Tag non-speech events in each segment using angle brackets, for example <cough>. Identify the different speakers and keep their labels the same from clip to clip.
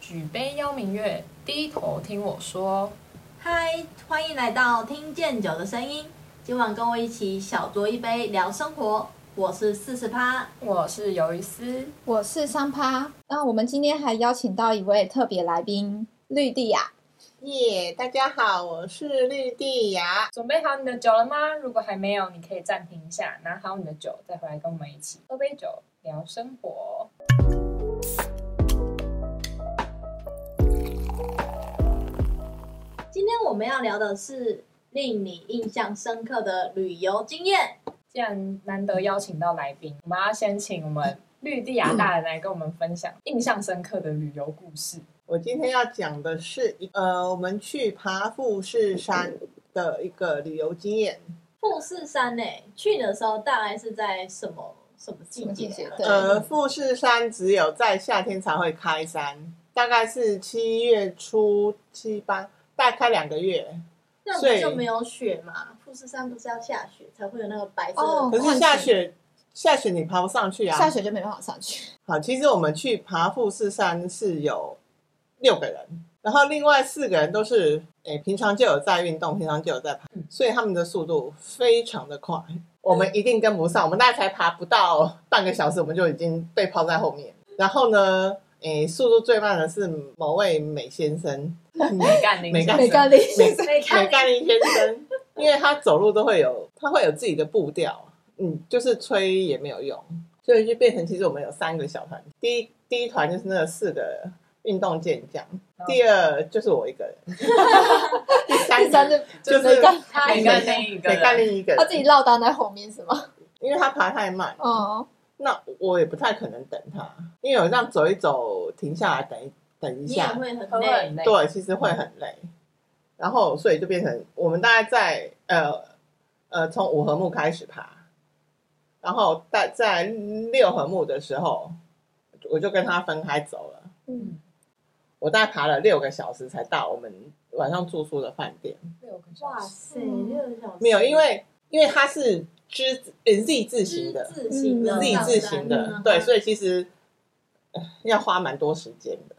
Speaker 1: 举杯邀明月，低头听我说。
Speaker 2: 嗨，欢迎来到听见酒的声音。今晚跟我一起小酌一杯，聊生活。我是四十趴，
Speaker 1: 我是鱿鱼丝，
Speaker 3: 我是三趴。那我们今天还邀请到一位特别来宾，绿地呀、
Speaker 4: 耶大家好，我是绿地芽。
Speaker 1: 准备好你的酒了吗？如果还没有，你可以暂停一下，拿好你的酒，再回来跟我们一起喝杯酒，聊生活。
Speaker 2: 今天我们要聊的是令你印象深刻的旅游经验。
Speaker 1: 既然难得邀请到来宾，我们要先请我们绿地亚大人来跟我们分享印象深刻的旅游故事。
Speaker 4: 我今天要讲的是一，呃，我们去爬富士山的一个旅游经验。
Speaker 2: 富士山呢、欸去的时候大概是在什么什么季节
Speaker 3: 什么季节
Speaker 2: 啊？
Speaker 3: 对
Speaker 4: 呃，富士山只有在夏天才会开山，大概是七月初七八，大概两个月。
Speaker 2: 那不
Speaker 4: 所以
Speaker 2: 就没有雪嘛？富士山不是要下雪才会有那个白色的？
Speaker 3: 哦
Speaker 4: 可是下雪，下雪你爬不上去啊。
Speaker 3: 下雪就没办法上去。
Speaker 4: 好，其实我们去爬富士山是有六个人，然后另外四个人都是诶、平常就有在运动，平常就有在爬，所以他们的速度非常的快，我们一定跟不上。我们大概才爬不到半个小时，我们就已经被抛在后面。然后呢，诶、速度最慢的是某位美先生，
Speaker 1: 美干林
Speaker 4: 美干
Speaker 3: 美干林
Speaker 4: 美
Speaker 2: 没看
Speaker 4: 美干林先生，因为他走路都会有，他会有自己的步调，嗯，就是吹也没有用，所以就变成其实我们有三个小团，第一第一团就是那四个运动健将，第二就是我一个人，第三
Speaker 3: 第三
Speaker 4: 个
Speaker 3: 就
Speaker 4: 就
Speaker 3: 美
Speaker 4: 是
Speaker 3: 干，
Speaker 1: 美干林一个
Speaker 4: 美干
Speaker 1: 人，
Speaker 4: 林一个
Speaker 3: 哦他自己
Speaker 4: 人，
Speaker 3: 落单在后面是吗？
Speaker 4: 因为他爬太慢，
Speaker 3: 哦，
Speaker 4: 那我也不太可能等他，因为我这样走一走，停下来等一等一
Speaker 2: 你也
Speaker 4: 下，
Speaker 2: 会很
Speaker 1: 喝
Speaker 2: 累
Speaker 1: 很。欸累。
Speaker 4: 对，其实会很累。然后，所以就变成我们大概在呃呃从五合目开始爬，然后在在六合目的时候，我就跟他分开走了。
Speaker 3: 嗯，
Speaker 4: 我大概爬了六个小时才到我们晚上住宿的饭店。
Speaker 1: 六个小
Speaker 2: 哇
Speaker 1: 时，
Speaker 2: 塞，六个小时
Speaker 4: 没有，因为因为它是之呃 Z 字形的
Speaker 2: 之字形的
Speaker 3: 嗯
Speaker 4: ，Z
Speaker 2: 上
Speaker 4: 字
Speaker 2: 山
Speaker 4: 形
Speaker 2: 嗯
Speaker 4: 的
Speaker 2: 哼，
Speaker 4: 对，所以其实、呃要花蛮多时间的。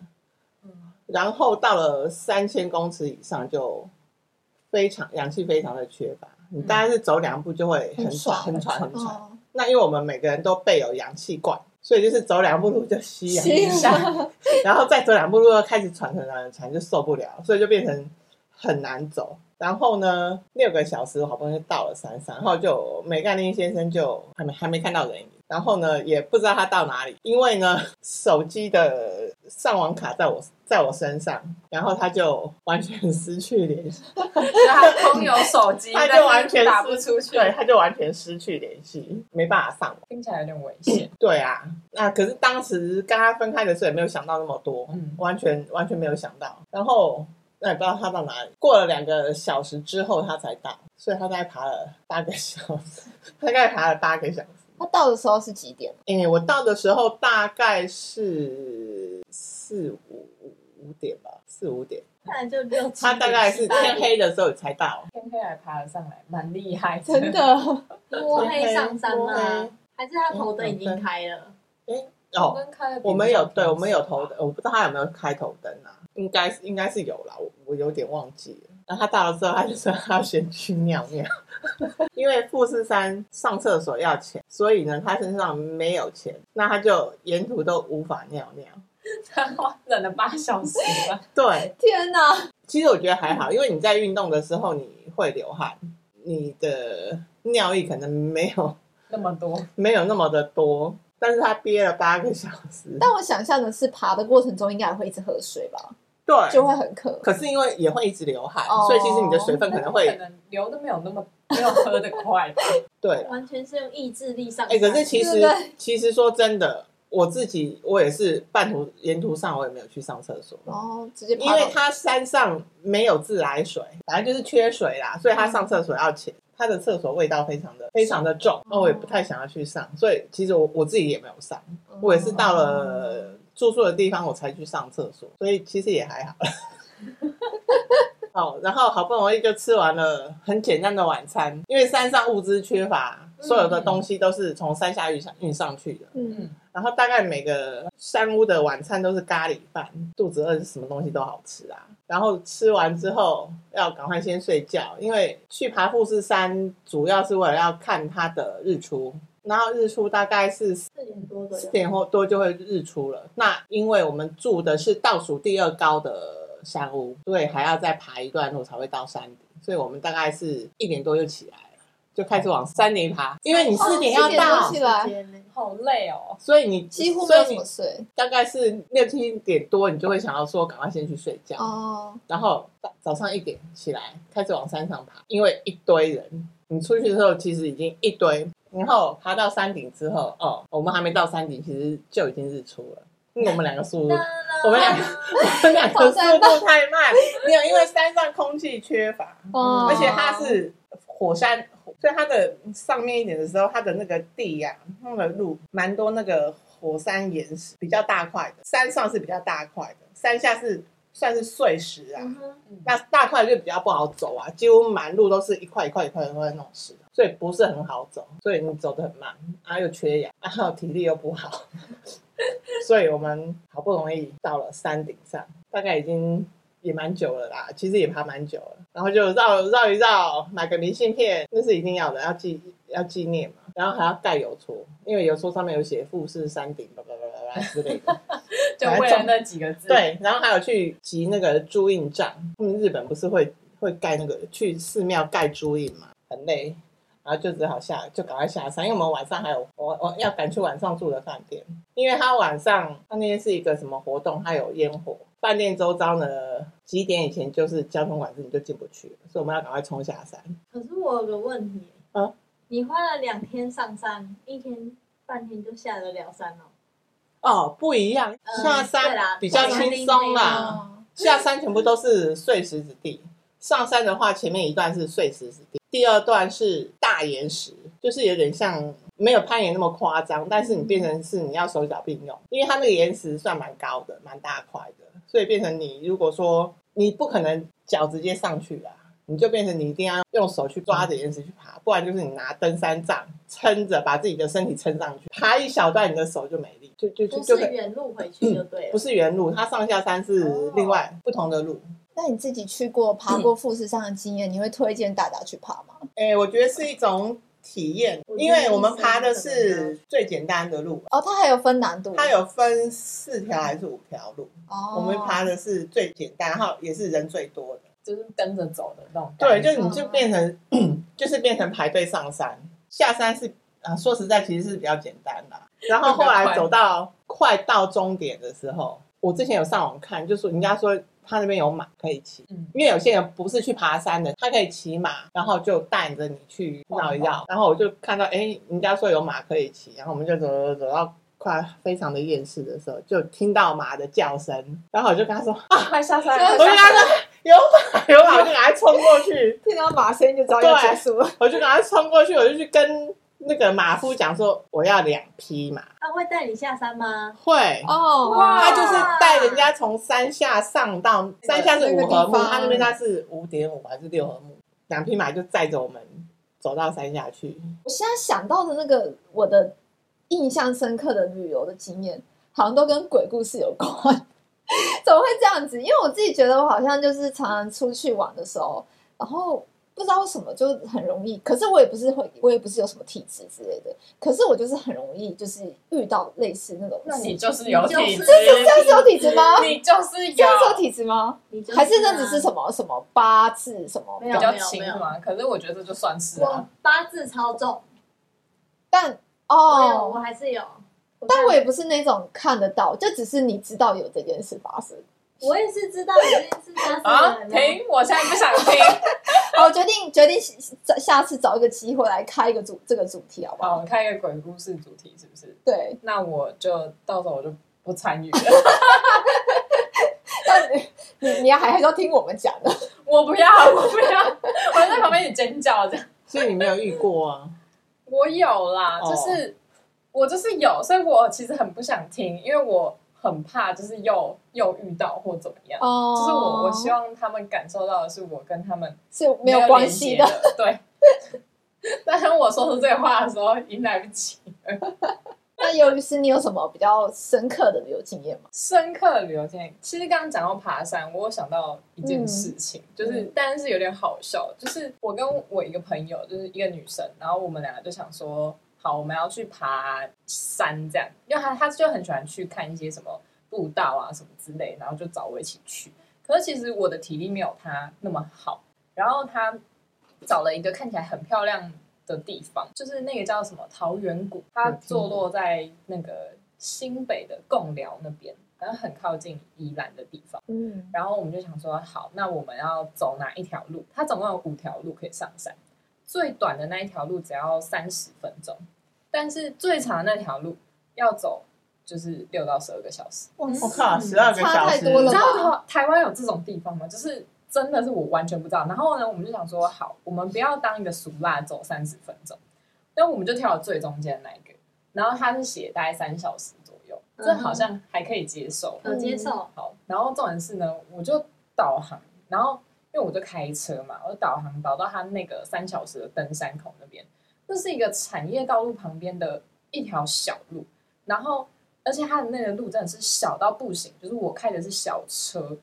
Speaker 1: 嗯，
Speaker 4: 然后到了三千公尺以上就非常氧气非常的缺乏，你大概是走两步就会嗯很
Speaker 3: 很爽
Speaker 4: 喘、很喘、很喘。
Speaker 3: 哦，
Speaker 4: 那因为我们每个人都备有氧气罐，所以就是走两步路就吸氧
Speaker 1: <laughs>
Speaker 4: 气，
Speaker 3: 行，
Speaker 4: 然后再走两步路又开始喘、很喘、很喘，就受不了，所以就变成很难走。然后呢，六个小时好不容易到了山上，然后就美干林先生就还没还没看到人影，然后呢也不知道他到哪里，因为呢手机的上网卡在我在我身上，然后他就完全失去联系，
Speaker 1: 他空有手机，
Speaker 4: <laughs> 他
Speaker 1: 但
Speaker 4: 就是完全
Speaker 1: 打
Speaker 4: 失
Speaker 1: 不出去，
Speaker 4: 对，他就完全失去联系，没办法上网。
Speaker 1: 听起来有点危险。
Speaker 4: 对啊，那可是当时跟他分开的时候也没有想到那么多，
Speaker 1: 嗯
Speaker 4: 完全完全没有想到。然后那也不知道他到哪里，过了两个小时之后他才到，所以他大概爬了八个小时，大概爬了八个小时。
Speaker 3: 他到的时候是几点？
Speaker 4: 诶、我到的时候大概是四五五点吧，四五点。
Speaker 2: 看来就六七
Speaker 4: 他大概是
Speaker 2: 点
Speaker 4: 天黑的时候才到，
Speaker 1: 天黑还爬了上来，蛮厉害的。
Speaker 3: 真
Speaker 4: <laughs>
Speaker 3: 的，
Speaker 2: 摸黑上山
Speaker 4: 摸黑
Speaker 2: 吗？还是他头灯已经开了？
Speaker 4: 哦，
Speaker 1: 跟开了比较
Speaker 4: 我们有，对
Speaker 1: 平
Speaker 4: 我们有头
Speaker 1: 吧 <laughs>
Speaker 4: 灯，我不知道他有没有开头灯啊，应该是应该是有啦，我我有点忘记了。然后他到了之后，他就说他要先去尿尿， <laughs> 因为富士山上厕所要钱，所以呢他身上没有钱，那他就沿途都无法尿尿。
Speaker 1: 他忍了八小时吧。
Speaker 4: 对，
Speaker 3: 天哪！
Speaker 4: 其实我觉得还好，因为你在运动的时候你会流汗，你的尿液可能没有
Speaker 1: 那么多，
Speaker 4: 没有那么的多，但是他憋了八个小时，
Speaker 3: 但我想象的是，爬的过程中应该也会一直喝水吧，
Speaker 4: 对，
Speaker 3: 就会很渴。
Speaker 4: 可是因为也会一直流汗，
Speaker 3: 哦
Speaker 4: 所以其实你的水分可能
Speaker 1: 可
Speaker 4: 会
Speaker 1: 能流的没有那么没有喝的快
Speaker 4: <laughs>
Speaker 1: 吧。
Speaker 4: 对。
Speaker 2: 完全是用意志力上
Speaker 4: 嗯哎、
Speaker 2: 山。
Speaker 4: 可是其实
Speaker 3: 对对
Speaker 4: 其实说真的，我自己我也是半途沿途上我也没有去上厕所，
Speaker 3: 然后直接
Speaker 4: 因
Speaker 3: 爬
Speaker 4: 为
Speaker 3: 到
Speaker 4: 它山上没有自来水，反正就是缺水啦，所以他上厕所要钱。他的厕所味道非常的非常的重，那我也不太想要去上，所以其实我我自己也没有上，我也是到 <laughs> 了住宿的地方我才去上厕所，所以其实也还好。哦，然后好不容易就吃完了很简单的晚餐，因为山上物资缺乏，所有的东西都是从山下运上运上去的。
Speaker 3: 嗯，
Speaker 4: 然后大概每个山屋的晚餐都是咖喱饭，肚子饿什么东西都好吃啊。然后吃完之后要赶快先睡觉，因为去爬富士山主要是为了要看它的日出。然后日出大概是
Speaker 2: 四点多左
Speaker 4: 四
Speaker 2: 右，
Speaker 4: 点后多就会日出了。那因为我们住的是倒数第二高的山屋，所以还要再爬一段路才会到山顶，所以我们大概是一点多就起来了，就开始往山顶爬，因为你四点
Speaker 3: 哦
Speaker 4: 要
Speaker 3: 四点
Speaker 4: 到
Speaker 2: 哦
Speaker 3: 多起。来，
Speaker 1: 好累哦。
Speaker 4: 所以你
Speaker 3: 几乎没
Speaker 4: 所
Speaker 3: 有
Speaker 4: 以
Speaker 3: 什
Speaker 4: 你
Speaker 3: 么睡
Speaker 4: 大概是六七点多，你就会想要说赶快先去睡觉，
Speaker 3: 哦。
Speaker 4: 然后早早上一点起来开始往山上爬，因为一堆人，你出去的时候其实已经一堆，然后爬到山顶之后，哦，我们还没到山顶，其实就已经日出了，因为我们两个速
Speaker 2: <laughs>
Speaker 4: 度。我们两个，我们两个速度太慢，没有，因为山上空气缺乏，
Speaker 3: 哦
Speaker 4: 嗯而且它是火山，所以它的上面一点的时候，它的那个地呀、那个路蛮多那个火山岩石，比较大块的，山上是比较大块的，山下是算是碎石啊。
Speaker 2: 嗯哼
Speaker 4: 那大块就比较不好走啊，几乎满路都是一块一块一块一块那种石，所以不是很好走，所以你走得很慢，然后又缺氧，然后体力又不好， <laughs> 所以我们好不容易到了山顶上，大概已经也蛮久了啦，其实也爬蛮久了，然后就绕绕一绕，买个明信片，那是一定要的，要纪要纪念嘛，然后还要盖邮戳，因为邮戳上面有写富士山顶，叭叭叭叭叭之类的。
Speaker 1: 就为了那几个字，，
Speaker 4: 对，然后还有去集那个朱印账，他们日本不是会会盖那个去寺庙盖朱印嘛，很累，然后就只好下就赶快下山，因为我们晚上还有我我要赶去晚上住的饭店，因为他晚上他那天是一个什么活动，他有烟火，饭店周遭呢几点以前就是交通管制，你就进不去了，所以我们要赶快冲下山。
Speaker 2: 可是我有个问题，
Speaker 4: 啊
Speaker 2: 你花了两天上山，一天半天就下得了山了、
Speaker 4: 哦，不一样，
Speaker 2: 嗯
Speaker 4: 下
Speaker 2: 对啦
Speaker 4: 山比较轻松啦。
Speaker 3: 哦
Speaker 4: 下山全部都是碎石子地，上山的话，前面一段是碎石子地，第二段是大岩石，就是有点像没有攀岩那么夸张，但是你变成是你要手脚并用，因为它那个岩石算蛮高的，蛮大块的，所以变成你如果说你不可能脚直接上去啦。你就变成你一定要用手去抓着岩石去爬，不然就是你拿登山杖撑着，把自己的身体撑上去，爬一小段你的手就没力，就就就
Speaker 2: 不
Speaker 4: 就是可以嗯
Speaker 2: 原路回去就对了。
Speaker 4: 不是原路，它上下山是另外不同的路。
Speaker 3: 那你自己去过爬过富士山的经验，你会推荐大家去爬吗？
Speaker 4: 哎、我觉得是一种体验
Speaker 2: 我，觉得
Speaker 4: 因为我们爬的是最简单的路，
Speaker 3: 哦，它还有分难
Speaker 2: 嗯
Speaker 3: 度，
Speaker 4: 它有分四条还是五条路，
Speaker 3: 哦，
Speaker 4: 我们爬的是最简单，然后也是人最多的。
Speaker 1: 就是跟着走的那种
Speaker 4: 对，
Speaker 1: 感觉。
Speaker 4: 就你就变成、 <clears throat> 就是变成排队上山，下山是啊，说实在其实是比较简单的。然后后来走到快到终点的时候，我之前有上网看，就说人家说他那边有马可以骑，
Speaker 1: 嗯
Speaker 4: 因为有些人不是去爬山的，他可以骑马，然后就带着你去绕一绕。然后我就看到，哎，人家说有马可以骑，然后我们就走走走到。快非常的厌世的时候，就听到马的叫声，然后 <laughs> 我就跟他说：“啊，
Speaker 1: 快下山
Speaker 4: 我就跟他说 <laughs> 有马有马！”我就赶快冲过去，
Speaker 3: 听到马声音就知道
Speaker 4: 要结
Speaker 3: 束了。
Speaker 4: 我就赶快冲过去，我就去跟那个马夫讲说，我要两匹马。
Speaker 2: 他会带你下山吗？
Speaker 4: 会，
Speaker 3: 哦，
Speaker 1: 哇
Speaker 4: 他就是带人家从山下上到山下是
Speaker 3: 那个
Speaker 4: 五合
Speaker 3: 地
Speaker 4: 目，
Speaker 3: 方
Speaker 4: 他那边他是五点五还是六合目，两匹马就载着我们走到山下去。
Speaker 3: 我现在想到的那个我的印象深刻的旅游的经验，好像都跟鬼故事有关。 <laughs> 怎么会这样子？因为我自己觉得我好像就是常常出去玩的时候，然后不知道为什么就很容易，可是我也不是会，我也不是有什么体质之类的，可是我就是很容易就是遇到类似那种事。
Speaker 1: 那你就是有体质，
Speaker 3: 这样是有体质吗？
Speaker 1: 你就是
Speaker 3: 这样是有
Speaker 1: 有。
Speaker 3: 体质吗？
Speaker 2: 你就是啊
Speaker 3: 还是那只是什么什么八字什么？
Speaker 2: 没有
Speaker 1: 比较轻嘛，可是我觉得这就算是啊
Speaker 2: 我，八字超重，
Speaker 3: 但
Speaker 2: 我有，我
Speaker 3: 哦，
Speaker 2: 还是有。
Speaker 3: 但我
Speaker 2: 看
Speaker 3: 也不是那种看得到，就只是你知道有这件事发生。
Speaker 2: 我也是知道这件事发
Speaker 4: <laughs>
Speaker 2: 生
Speaker 1: 啊
Speaker 2: 了，
Speaker 1: 停！我现在不想听。 <laughs> 哦
Speaker 3: 好，我哦决定决定下下次找一个机会来开一个主这个主题，好不好？
Speaker 1: 好，开一个鬼故事主题是不是？
Speaker 3: 对，
Speaker 1: 那我就到时候我就不参与了，
Speaker 3: 但你你还还是要听我们讲的。
Speaker 1: 我不要， <laughs> 我不要，我在旁边一直尖叫这样。
Speaker 4: 所以你没有遇过啊？
Speaker 1: 我有啦，
Speaker 4: 哦
Speaker 1: 就是、我就是有，所以我其实很不想听，因为我很怕就是又又遇到或怎么样。
Speaker 3: 哦，
Speaker 1: 就是我，我希望他们感受到的是我跟他们
Speaker 3: 是没
Speaker 1: 有
Speaker 3: 有关系
Speaker 1: 连
Speaker 3: 的，
Speaker 1: 接的，对。 <laughs> 但是我说出这话的时候，已经来不及了。
Speaker 3: 那尤律师，你有什么比较深刻的旅游经验吗？
Speaker 1: 深刻的旅游经验，其实刚刚讲到爬山，我有想到一件事情，就是但是有点好笑，就是我跟我一个朋友，就是一个女生，然后我们俩就想说，好，我们要去爬山这样，因为她她就很喜欢去看一些什么步道啊什么之类，然后就找我一起去。可是其实我的体力没有她那么好，然后她找了一个看起来很漂亮的地方，就是那个叫什么桃源谷，它坐落在那个新北的贡寮那边，然后很靠近宜兰的地方。
Speaker 3: 嗯，
Speaker 1: 然后我们就想说，好，那我们要走哪一条路？它总共有五条路可以上山，最短的那一条路只要三十分钟，但是最长的那条路要走就是六到十二个小时。
Speaker 4: 我
Speaker 2: 嗯
Speaker 4: 靠，十二个
Speaker 3: 差
Speaker 4: 小
Speaker 3: 太
Speaker 4: 时，
Speaker 3: 多了
Speaker 1: 你知
Speaker 3: 吧
Speaker 1: 道台湾有这种地方吗？就是真的是我完全不知道。然后呢，我们就想说，好，我们不要当一个俗辣走三十分钟，那我们就挑了最中间的那一个。然后它是写大概三小时左右，这好像还可以接受。
Speaker 2: 可接受。
Speaker 1: 好，然后重点是呢，我就导航，然后因为我就开车嘛，我就导航导到它那个三小时的登山口那边，那是一个产业道路旁边的一条小路，然后而且它的那个路真的是小到不行，就是我开的是小车，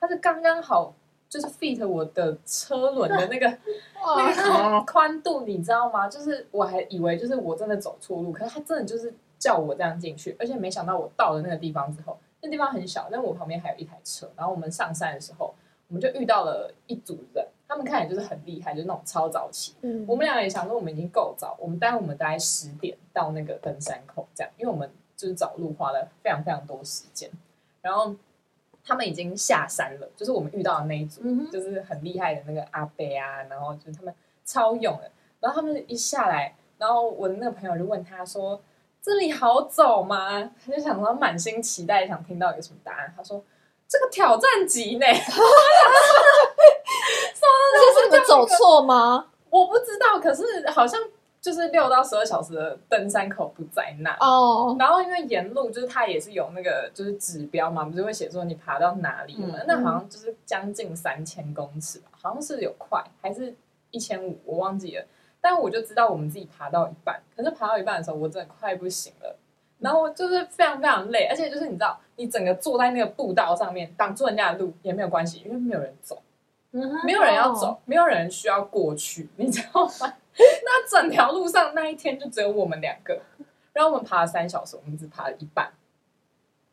Speaker 1: 它是刚刚好。就是 fit 我的车轮的那个那
Speaker 3: 哇，
Speaker 1: 个宽度，你知道吗？就是我还以为就是我真的走错路，可是它真的就是叫我这样进去，而且没想到我到了那个地方之后，那地方很小，但我旁边还有一台车。然后我们上山的时候，我们就遇到了一组人，他们看起来就是很厉害，就是那种超早起。
Speaker 3: 嗯
Speaker 1: 我们俩也想说，我们已经够早，我们待会我们大概十点到那个登山口这样，因为我们就是找路花了非常非常多时间。然后他们已经下山了，就是我们遇到的那一组，
Speaker 2: 嗯哼，
Speaker 1: 就是很厉害的那个阿伯啊，然后就是他们超勇的，然后他们一下来，然后我的那个朋友就问他说：“这里好走吗？”他就想说满心期待想听到一个什么答案，他说：“这个挑战级呢，
Speaker 3: 这是你们走错吗？
Speaker 1: 我不知道，可是好像就是六到十二小时的登山口不在那。”
Speaker 3: 哦，
Speaker 1: 然后因为沿路就是它也是有那个就是指标嘛，不是会写说你爬到哪里嘛？
Speaker 4: 嗯
Speaker 1: 那好像就是将近三千公尺吧，好像是有快还是一千五，我忘记了。但我就知道我们自己爬到一半，可是爬到一半的时候我真的快不行了，然后就是非常非常累，而且就是你知道，你整个坐在那个步道上面挡住人家的路也没有关系，因为没有人走。
Speaker 2: 嗯哼，
Speaker 1: 没有人要走，没有人需要过去，你知道吗？那整条路上那一天就只有我们两个，然后我们爬了三小时，我们只爬了一半，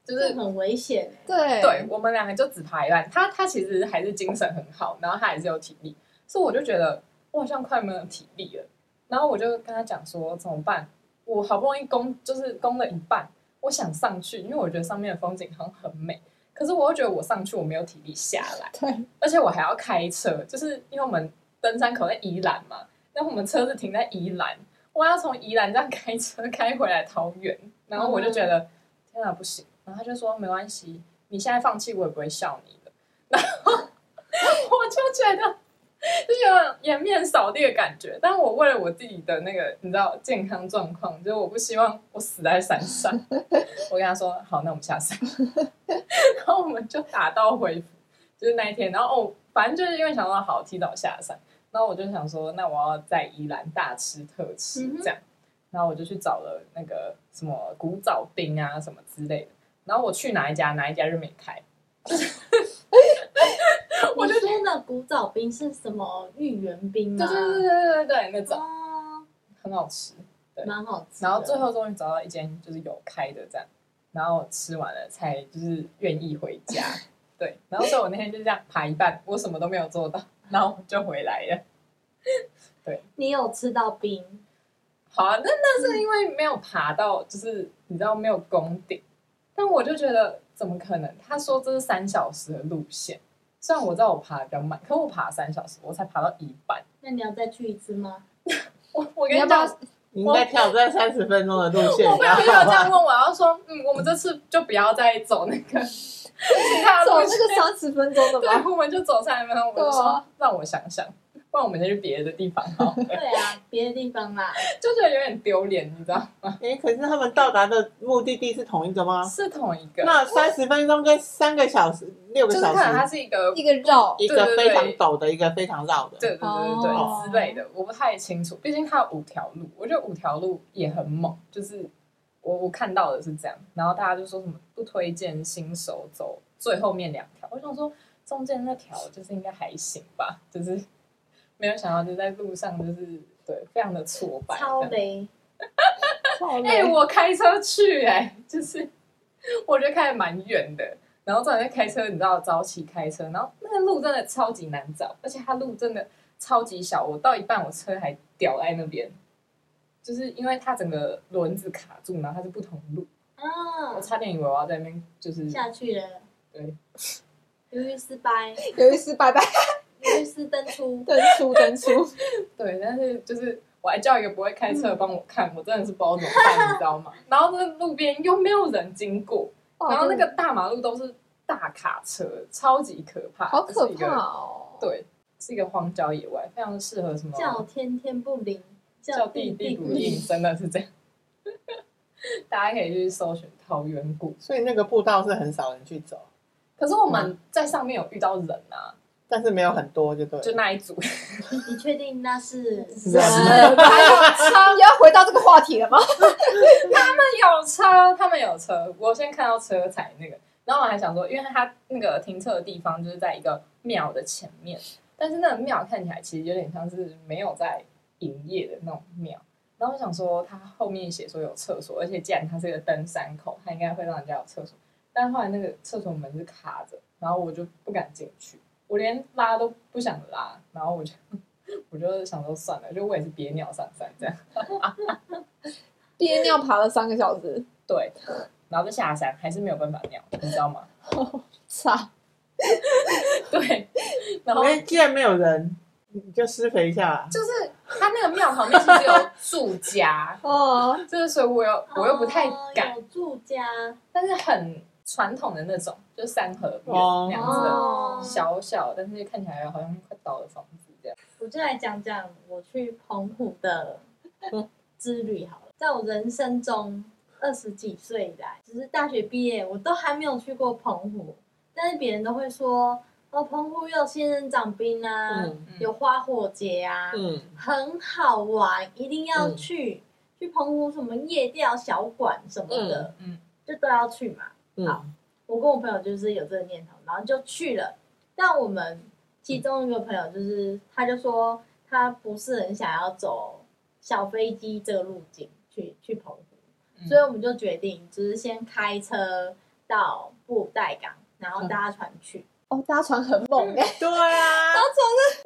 Speaker 1: 就
Speaker 2: 这
Speaker 1: 是
Speaker 2: 很危险欸。
Speaker 3: 对
Speaker 1: 对，我们两个就只爬一半。他他其实还是精神很好，然后他还是有体力，所以我就觉得我好像快没有体力了。然后我就跟他讲说怎么办？我好不容易攻，就是攻了一半，我想上去，因为我觉得上面的风景好像很美。可是我又觉得我上去我没有体力下来，
Speaker 3: 对，
Speaker 1: 而且我还要开车，就是因为我们登山口在宜兰嘛，那我们车子停在宜兰，我要从宜兰这样开车开回来桃园，然后我就觉得、天哪啊不行，然后他就说没关系，你现在放弃我也不会笑你的， <laughs> 然后我就觉得。就是有种颜面扫地的感觉，但我为了我自己的那个你知道健康状况，就是我不希望我死在山上。
Speaker 2: <laughs>
Speaker 1: 我跟他说好，那我们下山， <laughs> 然后我们就打道回府。就是那一天，然后哦，反正就是因为想说好提早下山，然后我就想说，那我要在宜兰大吃特吃
Speaker 2: 嗯哼
Speaker 1: 这样，然后我就去找了那个什么古早冰啊什么之类的，然后我去哪一家哪一家就没开，
Speaker 2: 我就说的古早冰是什么芋圆冰
Speaker 1: 对
Speaker 2: 吗？
Speaker 1: 对对对对对，那种
Speaker 2: 哦，
Speaker 1: 很好吃。
Speaker 2: 蛮好吃的。
Speaker 1: 然后最后终于找到一间就是有开的这样，然后吃完了才就是愿意回家。对，然后所以我那天就这样爬一半，我什么都没有做到，然后就回来了。
Speaker 2: 你有吃到冰，
Speaker 1: 好啊，那那是因为没有爬到，就是你知道没有攻顶，但我就觉得怎么可能？他说这是三小时的路线，虽然我知道我爬的比较慢，可我爬了三小时，我才爬到一半。
Speaker 2: 那你要再去一次吗？
Speaker 1: 我我
Speaker 3: 你
Speaker 1: 跟你
Speaker 3: 要不要
Speaker 1: 讲，
Speaker 4: <laughs> 你应该挑战三十分钟的路线，
Speaker 1: 我
Speaker 4: 你知
Speaker 1: 朋友就
Speaker 4: 道
Speaker 1: 有这
Speaker 4: 吗 <laughs>
Speaker 1: 样？问我，然后说，嗯，我们这次就不要再走那个 <laughs> 其他的
Speaker 3: 走
Speaker 1: 路
Speaker 3: 那个
Speaker 1: 线，
Speaker 3: 三十分钟的
Speaker 1: 对
Speaker 3: 吗？，
Speaker 1: 我们就走三十分钟。我就
Speaker 3: 对
Speaker 1: 说
Speaker 3: 啊，
Speaker 1: 让我想想，不然我们再去别的地方好了，
Speaker 2: 对啊，别的地方啦，
Speaker 1: 就觉得有点丢脸，你知道吗？
Speaker 4: 哎、可是他们到达的目的地是同一个吗？
Speaker 1: 是同一个，
Speaker 4: 那三十分钟跟三个小时、六
Speaker 1: 就
Speaker 4: 个
Speaker 1: 是
Speaker 4: 小
Speaker 1: 可能它
Speaker 4: 时，
Speaker 1: 是一个
Speaker 3: 一个绕，
Speaker 4: 一个
Speaker 1: 对对
Speaker 4: 非常
Speaker 1: 对
Speaker 4: 陡的，一个非常绕的。
Speaker 1: 对对对对、
Speaker 3: 哦
Speaker 1: 对之类的，我不太清楚。毕竟它有五条路，我觉得五条路也很猛，就是我我看到的是这样，然后大家就说什么不推荐新手走最后面两条，我想说中间那条就是应该还行吧，就是没有想到就在路上就是对非常的挫败，
Speaker 2: 超雷。
Speaker 3: 超累
Speaker 1: 哎、我开车去、哎，就是我觉得开的蛮远的。然后重点是开车，你知道早起开车，然后那个路真的超级难找，而且它路真的超级小，我到一半我车还掉在那边，就是因为它整个轮子卡住，然后它是不同路，
Speaker 2: 啊
Speaker 1: 我，差点以为我要在那边就是
Speaker 2: 下去了。
Speaker 1: 对，
Speaker 2: 由于失败，
Speaker 3: 有一丝拜拜，
Speaker 2: 由于是登出，
Speaker 3: <laughs> 登出登出，
Speaker 1: 对，但是就是我还叫一个不会开车的帮我看，我真的是不知道怎么办，你知道吗？然后那路边又没有人经过，
Speaker 3: 哦
Speaker 1: 然后那个大马路都是大卡车，超级可怕，
Speaker 3: 好可
Speaker 1: 就是一
Speaker 3: 怕
Speaker 1: 个
Speaker 3: 哦，
Speaker 1: 对，是一个荒郊野外，非常适合什么
Speaker 2: 叫天天不灵，
Speaker 1: 哦叫
Speaker 2: 地
Speaker 1: 地地
Speaker 2: 不
Speaker 1: 不应，真的是这样。 <laughs> 大家可以去搜寻桃源谷，
Speaker 4: 所以那个步道是很少人去走，
Speaker 1: 可是我
Speaker 3: 嗯
Speaker 1: 们在上面有遇到人啊，
Speaker 4: 但是没有很多，就对了。
Speaker 1: 就那一组，
Speaker 2: 你确定那是？
Speaker 3: 人，还有 <laughs> 车，你要回到这个话题了吗？
Speaker 1: 有车，他们有车，我先看到车才那个，然后我还想说，因为他那个停车的地方就是在一个庙的前面，但是那个庙看起来其实有点像是没有在营业的那种庙。然后我想说，他后面写说有厕所，而且既然它是一个登山口，他应该会让人家有厕所。但后来那个厕所门是卡着，然后我就不敢进去，我连拉都不想拉，然后我就 <laughs> 我就想说算了，就我也是憋尿上山这样。
Speaker 3: <laughs> 憋尿爬了三个小时，
Speaker 1: 对，然后就下山，还是没有办法尿，你知道吗？ <laughs>
Speaker 3: 操！，
Speaker 1: 对，然后
Speaker 4: 哎，既然没有人，你就施肥一下啊。
Speaker 1: 就是他那个庙旁边其实有住家
Speaker 3: 哦，
Speaker 1: 就是所以我又我又不太敢，
Speaker 2: 哦有住家
Speaker 1: 但是很传统的那种，就是三合院
Speaker 4: 哦
Speaker 1: 那样子的，
Speaker 2: 哦。
Speaker 1: 小小但是看起来好像快倒的房子这样。
Speaker 2: 我就来讲讲我去澎湖的 <laughs> 之旅好了。在我人生中二十几岁以来，只是大学毕业，我都还没有去过澎湖，但是别人都会说，哦，澎湖有仙人掌冰啊，
Speaker 4: 嗯
Speaker 1: 嗯
Speaker 2: 有花火节啊，
Speaker 4: 嗯，
Speaker 2: 很好玩，一定要
Speaker 1: 嗯
Speaker 2: 去。去澎湖什么夜钓小馆什么的，
Speaker 1: 嗯嗯
Speaker 2: 就都要去嘛。好
Speaker 4: 嗯，
Speaker 2: 我跟我朋友就是有这个念头，然后就去了。但我们其中一个朋友就是，他就说他不是很想要走小飞机这个路径去去澎湖，
Speaker 1: 嗯
Speaker 2: 所以我们就决定就是先开车到布袋港，然
Speaker 3: 嗯
Speaker 2: 后搭船去。
Speaker 3: 哦，搭船很猛哎、
Speaker 4: 对啊，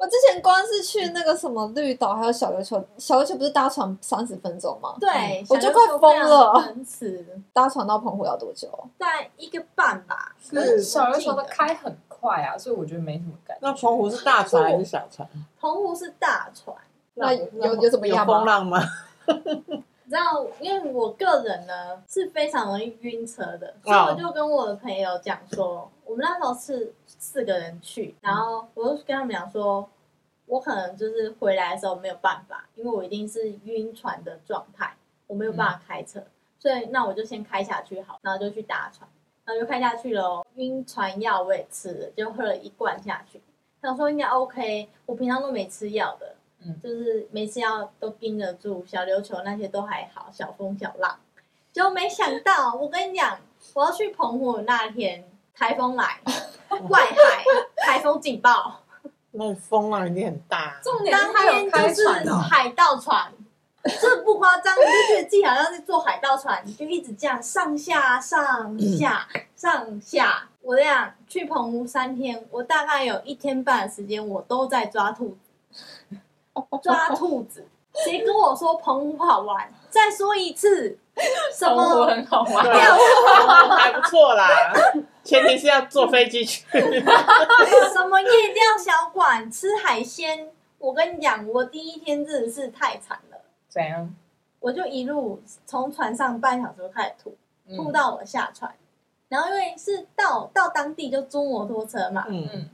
Speaker 3: 我之前光是去那个什么绿岛，还有小琉球，小琉球不是搭船三十分钟吗？
Speaker 2: 对，
Speaker 3: 嗯我就快疯了
Speaker 2: 很迟，
Speaker 3: 搭船到澎湖要多久？
Speaker 2: 在一个半吧。
Speaker 4: 是
Speaker 1: 小琉球的开很快啊，所以我觉得没什么感觉。
Speaker 4: 那澎湖是大船还是小船？
Speaker 2: 澎湖是大船，
Speaker 3: 那有有有怎么
Speaker 4: 有
Speaker 3: 样
Speaker 4: 风
Speaker 3: 吗？
Speaker 4: 浪吗？
Speaker 2: 你知道，因为我个人呢是非常容易晕车的，所以
Speaker 4: 哦
Speaker 2: 我就跟我的朋友讲说，我们那时候是四个人去，然后我就跟他们讲说，我可能就是回来的时候没有办法，因为我一定是晕船的状态，我没有办法开车，所以那我就先开下去好，然后就去搭船，然后就开下去喽。晕船药我也吃了，就喝了一罐下去，想说应该 OK，我平常都没吃药的，
Speaker 1: 嗯
Speaker 2: 就是没吃药都盯得住，小琉球那些都还好，小风小浪。结果没想到，我跟你讲，我要去澎湖的那天，台风来，外海台风警报，
Speaker 4: <laughs> 那风浪一定很大啊。
Speaker 1: 重点是
Speaker 2: 当
Speaker 1: 它有
Speaker 2: 天
Speaker 1: 开
Speaker 2: 就是
Speaker 1: 船哦，
Speaker 2: 海盗船。这不夸张，你就觉得自己好像是坐海盗船，你就一直这样上下上下上下。我这样去澎湖三天，我大概有一天半的时间，我都在抓兔子。抓兔子。谁跟我说澎湖好玩？再说一次，什
Speaker 1: 澎湖
Speaker 2: 么？
Speaker 1: 很好玩
Speaker 4: 对。啊，澎湖还不错啦， <laughs> 前提是要坐飞机去。 <laughs>
Speaker 2: 什么夜钓小馆吃海鲜？我跟你讲，我第一天真的是太惨了，
Speaker 1: 怎样？
Speaker 2: 我就一路从船上半小时就开始吐，
Speaker 1: 嗯
Speaker 2: 吐到我下船。然后因为是到到当地就租摩托车嘛，
Speaker 4: 嗯，
Speaker 1: 嗯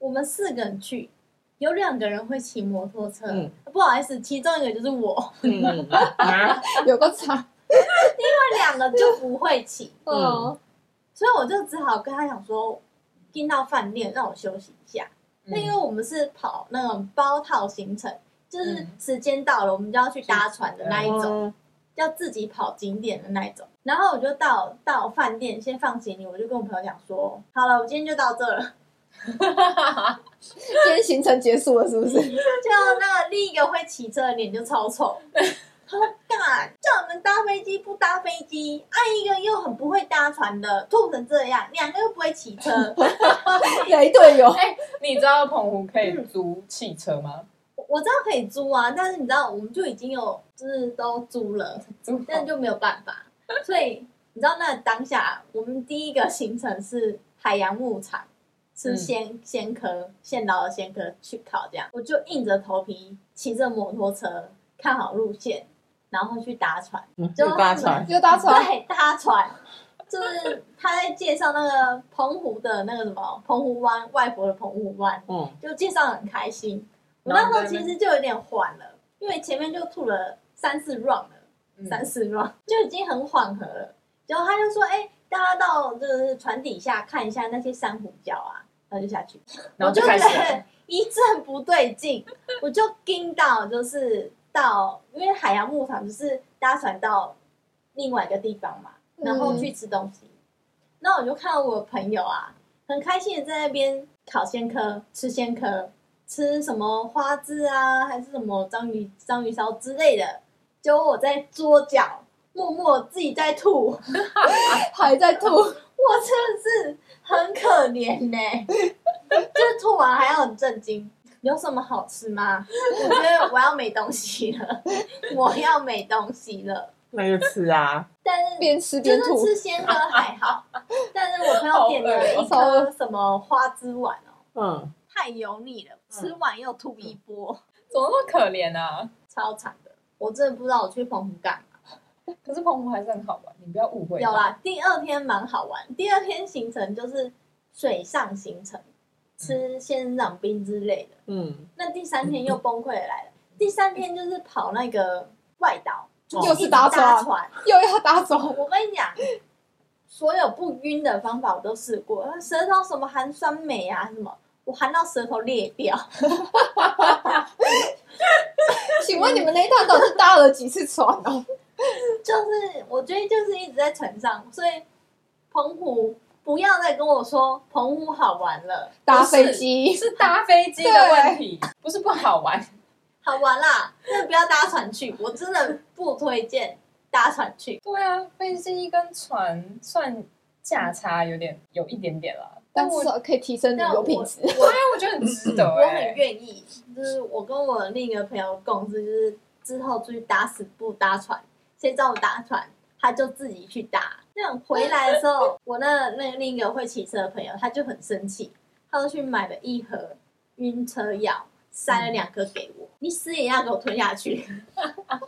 Speaker 2: 我们四个人去，有两个人会骑摩托车，
Speaker 4: 嗯
Speaker 2: 不好意思，其中一个就是我， <laughs>
Speaker 4: 嗯，啊，
Speaker 3: 有个差，
Speaker 2: 那两个就不会骑，
Speaker 3: <laughs> 嗯
Speaker 4: 嗯，
Speaker 2: 所以我就只好跟他讲说，进到饭店让我休息一下。
Speaker 1: 嗯
Speaker 2: 那因为我们是跑那种包套行程，就是
Speaker 1: 嗯
Speaker 2: 时间到了，我们就要去搭船的那一种，
Speaker 4: 嗯
Speaker 2: 要自己跑景点的那一种。然后我就到到饭店先放行李，我就跟我朋友讲说，好了，我今天就到这了。 <laughs>
Speaker 3: 今天行程结束了是不是？ <laughs>
Speaker 2: 就那个另一个会骑车的脸就超丑。他说：“干，叫你们搭飞机不搭飞机，爱一个又很不会搭船的，吐成这样，两个又不会骑车。
Speaker 3: 雷队友，
Speaker 1: 哎你知道澎湖可以租汽车吗？
Speaker 2: 我我知道可以租啊，但是你知道，我们就已经有就是都租了，
Speaker 1: 租
Speaker 2: 但就没有办法。所以你知道，那当下我们第一个行程是海洋牧场，吃
Speaker 1: 嗯
Speaker 2: 鲜鲜壳，现捞的鲜壳去烤，这样我就硬着头皮骑着摩托车，看好路线，然后去搭船。
Speaker 4: 嗯
Speaker 2: 就
Speaker 4: 又搭船，
Speaker 3: 又搭船，
Speaker 2: 对，搭船，就是他在介绍那个澎湖的那个什么澎湖湾，外婆的澎湖湾，
Speaker 4: 嗯，
Speaker 2: 就介绍得很开心。我
Speaker 1: 然
Speaker 2: 那
Speaker 1: 后
Speaker 2: 时候
Speaker 1: 在那
Speaker 2: 其实就有点缓了，因为前面就吐了三四 round 了，
Speaker 1: 嗯
Speaker 2: 三四 round 就已经很缓和了。然后他就说：“哎、大家到就是船底下看一下那些珊瑚礁啊。”然后就下去，
Speaker 1: 嗯然后就
Speaker 2: 我
Speaker 1: 开
Speaker 2: 觉
Speaker 1: 始了
Speaker 2: 得 <laughs> 一阵不对劲，我就盯到就是到，因为海洋牧场就是搭船到另外一个地方嘛，然
Speaker 1: 嗯
Speaker 2: 后去吃东西。那我就看到我朋友啊，很开心的在那边烤鲜科、吃鲜科、吃什么花枝啊，还是什么章鱼章鱼烧之类的。结果我在桌角默默自己在吐，我真
Speaker 3: 还在 <laughs> 吐，
Speaker 2: 的是很可怜呢、 <laughs> 就是吐完还要很震惊。有什么好吃吗？我觉得我要没东西了， <laughs> 我要没东西了。
Speaker 4: 那就吃啊，
Speaker 2: 但是
Speaker 3: 边吃
Speaker 2: 就
Speaker 3: 边
Speaker 2: 是
Speaker 3: 吐，
Speaker 2: 吃鲜喝还好，但是我朋友点了一
Speaker 3: 好饿哦
Speaker 2: 颗什么花枝丸哦，
Speaker 4: 嗯，
Speaker 2: 太油腻了，
Speaker 3: 嗯
Speaker 2: 吃完又吐一波，
Speaker 1: 怎么那么可怜啊？
Speaker 2: 超惨的。我真的不知道我去澎湖干嘛。
Speaker 1: 可是澎湖还是很好玩，你不要误会。
Speaker 2: 有，啦，第二天蛮好玩，第二天行程就是水上行程，
Speaker 3: 嗯
Speaker 2: 吃仙人掌冰之类的。
Speaker 4: 嗯，
Speaker 2: 那第三天又崩溃地来了，第三天就是跑那个外岛，就
Speaker 3: 又
Speaker 2: 一
Speaker 3: 是
Speaker 2: 直
Speaker 3: 搭
Speaker 2: 搭
Speaker 3: 船
Speaker 2: 船。
Speaker 3: 又要搭走，
Speaker 2: 我跟你讲，所有不晕的方法我都试过，舌头什么含酸镁啊什么，我含到舌头裂掉。 <laughs>
Speaker 3: 请问你们那一趟到底搭了几次船啊？
Speaker 2: 就是我觉得就是一直在船上，所以澎湖不要再跟我说澎湖好玩了，
Speaker 3: 搭飞机，
Speaker 1: 是搭飞机的问题，不是不好玩。
Speaker 2: 好玩啦，那不要搭船去，我真的不推荐搭船
Speaker 1: <laughs>
Speaker 2: 去。
Speaker 1: 对啊，飞机跟船算价差有点有一点点啦，
Speaker 3: 但
Speaker 1: 我
Speaker 3: 至少可以提升旅
Speaker 2: 但
Speaker 3: 游
Speaker 2: 我
Speaker 3: 品质。
Speaker 2: 我
Speaker 1: 但我觉得很值得
Speaker 2: 我
Speaker 1: 哎、
Speaker 2: 很愿意，就是我跟我另一个朋友共事，就是之后出去打死不搭船，谁找我搭船，他就自己去搭。那种回来的时候，我那那另一个会骑车的朋友，他就很生气，他就去买了一盒晕车药，塞了两颗给我，
Speaker 1: 嗯
Speaker 2: 你死也要给我吞下去。 <laughs>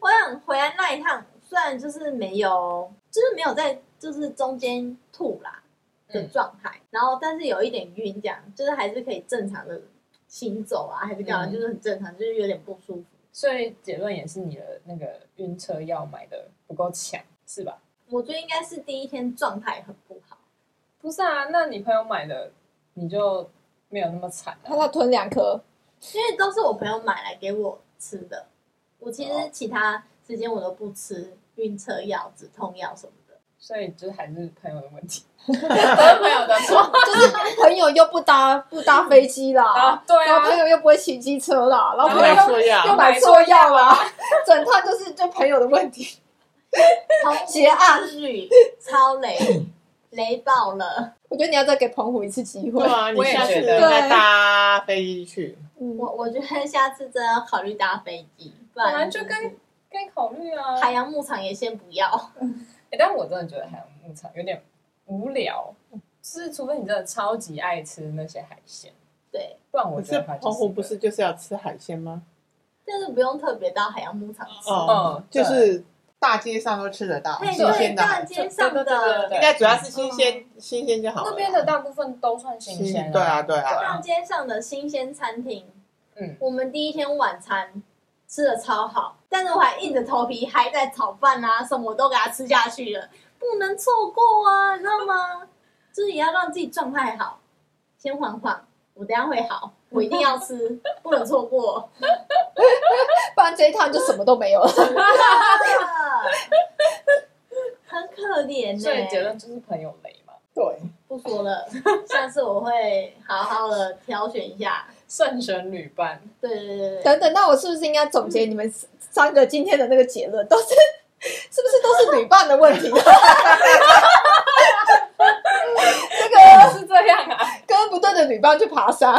Speaker 2: 我想回来那一趟，虽然就是没有，就是没有在就是中间吐啦，
Speaker 1: 嗯
Speaker 2: 的状态，然后但是有一点晕，这样就是还是可以正常的行走啊，还是干嘛，
Speaker 1: 嗯
Speaker 2: 就是很正常，就是有点不舒服。
Speaker 1: 所以结论也是你的那个晕车药买的不够强，是吧？
Speaker 2: 我觉得应该是第一天状态很不好，
Speaker 1: 不是啊，那你朋友买的你就没有那么惨
Speaker 3: 他
Speaker 1: 啊。
Speaker 3: 要吞两颗，
Speaker 2: 因为都是我朋友买来给我吃的，我其实
Speaker 1: 哦
Speaker 2: 其他时间我都不吃晕车药、止痛药什么的。
Speaker 1: 所以就还是朋友的问题， <laughs> 都是朋友的
Speaker 2: <laughs>
Speaker 1: 错
Speaker 3: 就是朋友又不搭不搭飞机啦
Speaker 1: 啊，。对
Speaker 3: 然
Speaker 1: 啊
Speaker 3: 后，朋友又不会骑机车啦，然后
Speaker 4: 然后
Speaker 3: 朋友又
Speaker 4: 买错
Speaker 3: 又
Speaker 4: 药，
Speaker 3: 买错药啦，整套就是就朋友的问题。
Speaker 2: 从
Speaker 3: 结
Speaker 1: 啊
Speaker 3: 案
Speaker 2: 旅超雷，雷爆了！
Speaker 3: 我觉得你要再给澎湖一次机会
Speaker 4: 对。啊，你
Speaker 1: 我也
Speaker 4: 下次
Speaker 1: 觉得
Speaker 4: 再搭飞机去，
Speaker 3: 嗯
Speaker 2: 我我觉得下次真的要考虑搭飞机，不
Speaker 1: 本来
Speaker 2: 然
Speaker 1: 就是跟可以考虑啊。
Speaker 2: 海洋牧场也先不要。
Speaker 1: 欸但我真的觉得海洋牧场有点无聊，就是除非你真的超级爱吃那些海鲜，
Speaker 2: 对，
Speaker 1: 不嗯然我
Speaker 4: 可
Speaker 1: 觉
Speaker 4: 是
Speaker 1: 得它
Speaker 4: 澎湖不
Speaker 1: 就是
Speaker 4: 就是要吃海鲜吗？
Speaker 1: 哦
Speaker 2: 但是不用特别到海洋牧场吃。
Speaker 4: 哦，就是大街上都吃得到
Speaker 2: 那
Speaker 4: 新
Speaker 2: 对
Speaker 4: 鲜的海
Speaker 2: 大街
Speaker 4: 鲜，
Speaker 2: 上
Speaker 1: 对对对对
Speaker 2: 的
Speaker 1: 对
Speaker 4: 应该主要是新鲜新鲜就好了啦。
Speaker 1: 那边的大部分都算新鲜啊
Speaker 4: 对啊对啊
Speaker 2: 大街上的新鲜餐厅，
Speaker 1: 嗯
Speaker 2: 我们第一天晚餐吃的超好，但是我还硬着头皮还在炒饭啊什么都给它吃下去了，不能错过啊，你知道吗？ <laughs> 就是也要让自己状态好，先缓缓，我等一下会好，我一定要吃， <laughs> 不能错过。 <laughs>
Speaker 3: 不然这一趟就什么都没有了。
Speaker 2: 很可怜呢、
Speaker 1: 所以结论就是朋友雷嘛。
Speaker 4: 对，
Speaker 2: 不说了，下次我会好好的挑选一下。
Speaker 1: 慎选旅伴，
Speaker 2: 对对对对对，
Speaker 3: 等等，那我是不是应该总结你们三个今天的那个结论，都是是不是都是旅伴的问题？ <laughs> 那个
Speaker 1: 是这样啊？
Speaker 3: 跟不对的旅伴去爬山，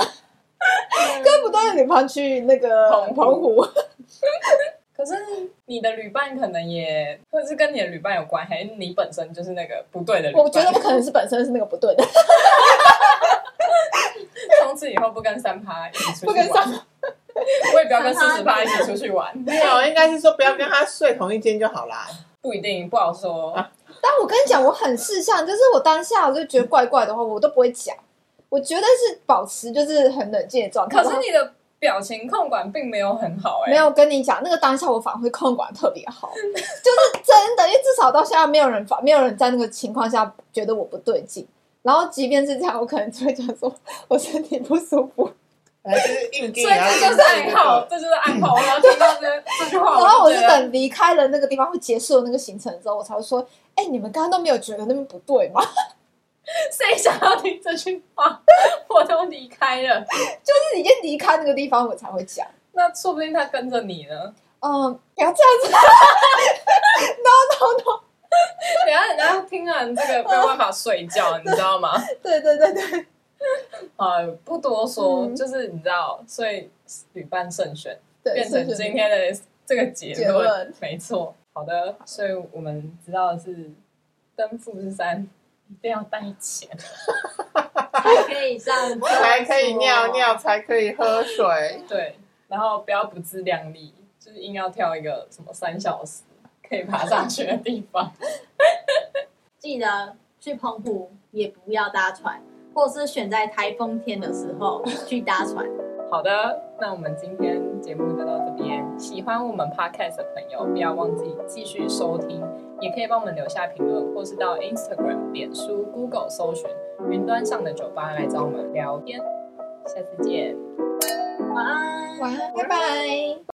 Speaker 3: 跟不对的旅伴去那个
Speaker 1: 澎湖
Speaker 3: 澎湖，
Speaker 1: 可是你的旅伴可能也，或者是跟你的旅伴有关，还是你本身就是那个不对的旅伴？
Speaker 3: 我觉得不可能是本身是那个不对的，
Speaker 1: 从此以后不跟三趴一起出去
Speaker 3: 不跟上
Speaker 1: 玩，我也不要跟四十
Speaker 2: 三趴
Speaker 1: 趴一起出去玩，
Speaker 4: 没有，应该是说不要跟他睡同一间就好啦。
Speaker 1: 不一定不好说。
Speaker 4: 啊
Speaker 3: 但我跟你讲，我很识相，就是我当下我就觉得怪怪的话，我都不会讲，我绝对是保持就是很冷静的状态。
Speaker 1: 可是你的表情控管并没有很好、哎，
Speaker 3: 没有跟你讲，那个当下我反而会控管特别好， <laughs> 就是真的，因为至少到现在没有人发，没有人在那个情况下觉得我不对劲。然后即便是这样，我可能就会讲说我身体不舒服，
Speaker 4: 哎，就是硬
Speaker 1: 所
Speaker 4: 盯
Speaker 1: 以
Speaker 4: 也要
Speaker 1: 这
Speaker 4: 硬
Speaker 1: 就
Speaker 4: 盯
Speaker 1: 是暗
Speaker 4: 对
Speaker 1: 号，这就是暗号。我要听到
Speaker 3: <laughs>
Speaker 1: 这这句话，
Speaker 3: 然后我
Speaker 1: 就是觉得
Speaker 3: 等离开了那个地方，会结束了那个行程之后，我才会说，哎、你们刚刚都没有觉得那边不对吗？ <laughs>
Speaker 1: 谁想要听这句话？ <laughs> 我都离开了，
Speaker 3: 就是已经离开那个地方，我才会讲。
Speaker 1: 那说不定他跟着你呢。
Speaker 3: 嗯，不要这样
Speaker 1: <laughs>
Speaker 3: 子， <laughs>
Speaker 1: 等一下人家听完这个没有办法睡觉，你知道吗？ <laughs>
Speaker 3: 对对对对，
Speaker 1: 呃，不多说，
Speaker 3: 嗯
Speaker 1: 就是你知道，所以旅伴慎选
Speaker 3: 对
Speaker 1: 变成
Speaker 3: 是是是
Speaker 1: 今天的这个结
Speaker 3: 结论
Speaker 1: 没错。好的，所以我们知道的是登富士山一定要带钱，
Speaker 2: 还可以上厕所，
Speaker 4: 才可以尿尿，才可以喝水。
Speaker 1: 对，然后不要不自量力，就是硬要挑一个什么三小时可以爬上去的地方。 <laughs>
Speaker 2: 记得去澎湖也不要搭船，或是选在台风天的时候去搭船。
Speaker 1: 好的，那我们今天节目就到这边。喜欢我们 podcast 的朋友，不要忘记继续收听，也可以帮我们留下评论，或是到 Instagram、脸书、Google 搜寻“云端上的酒吧”来找我们聊天。下次见。
Speaker 2: 晚安，
Speaker 3: 晚安，拜拜。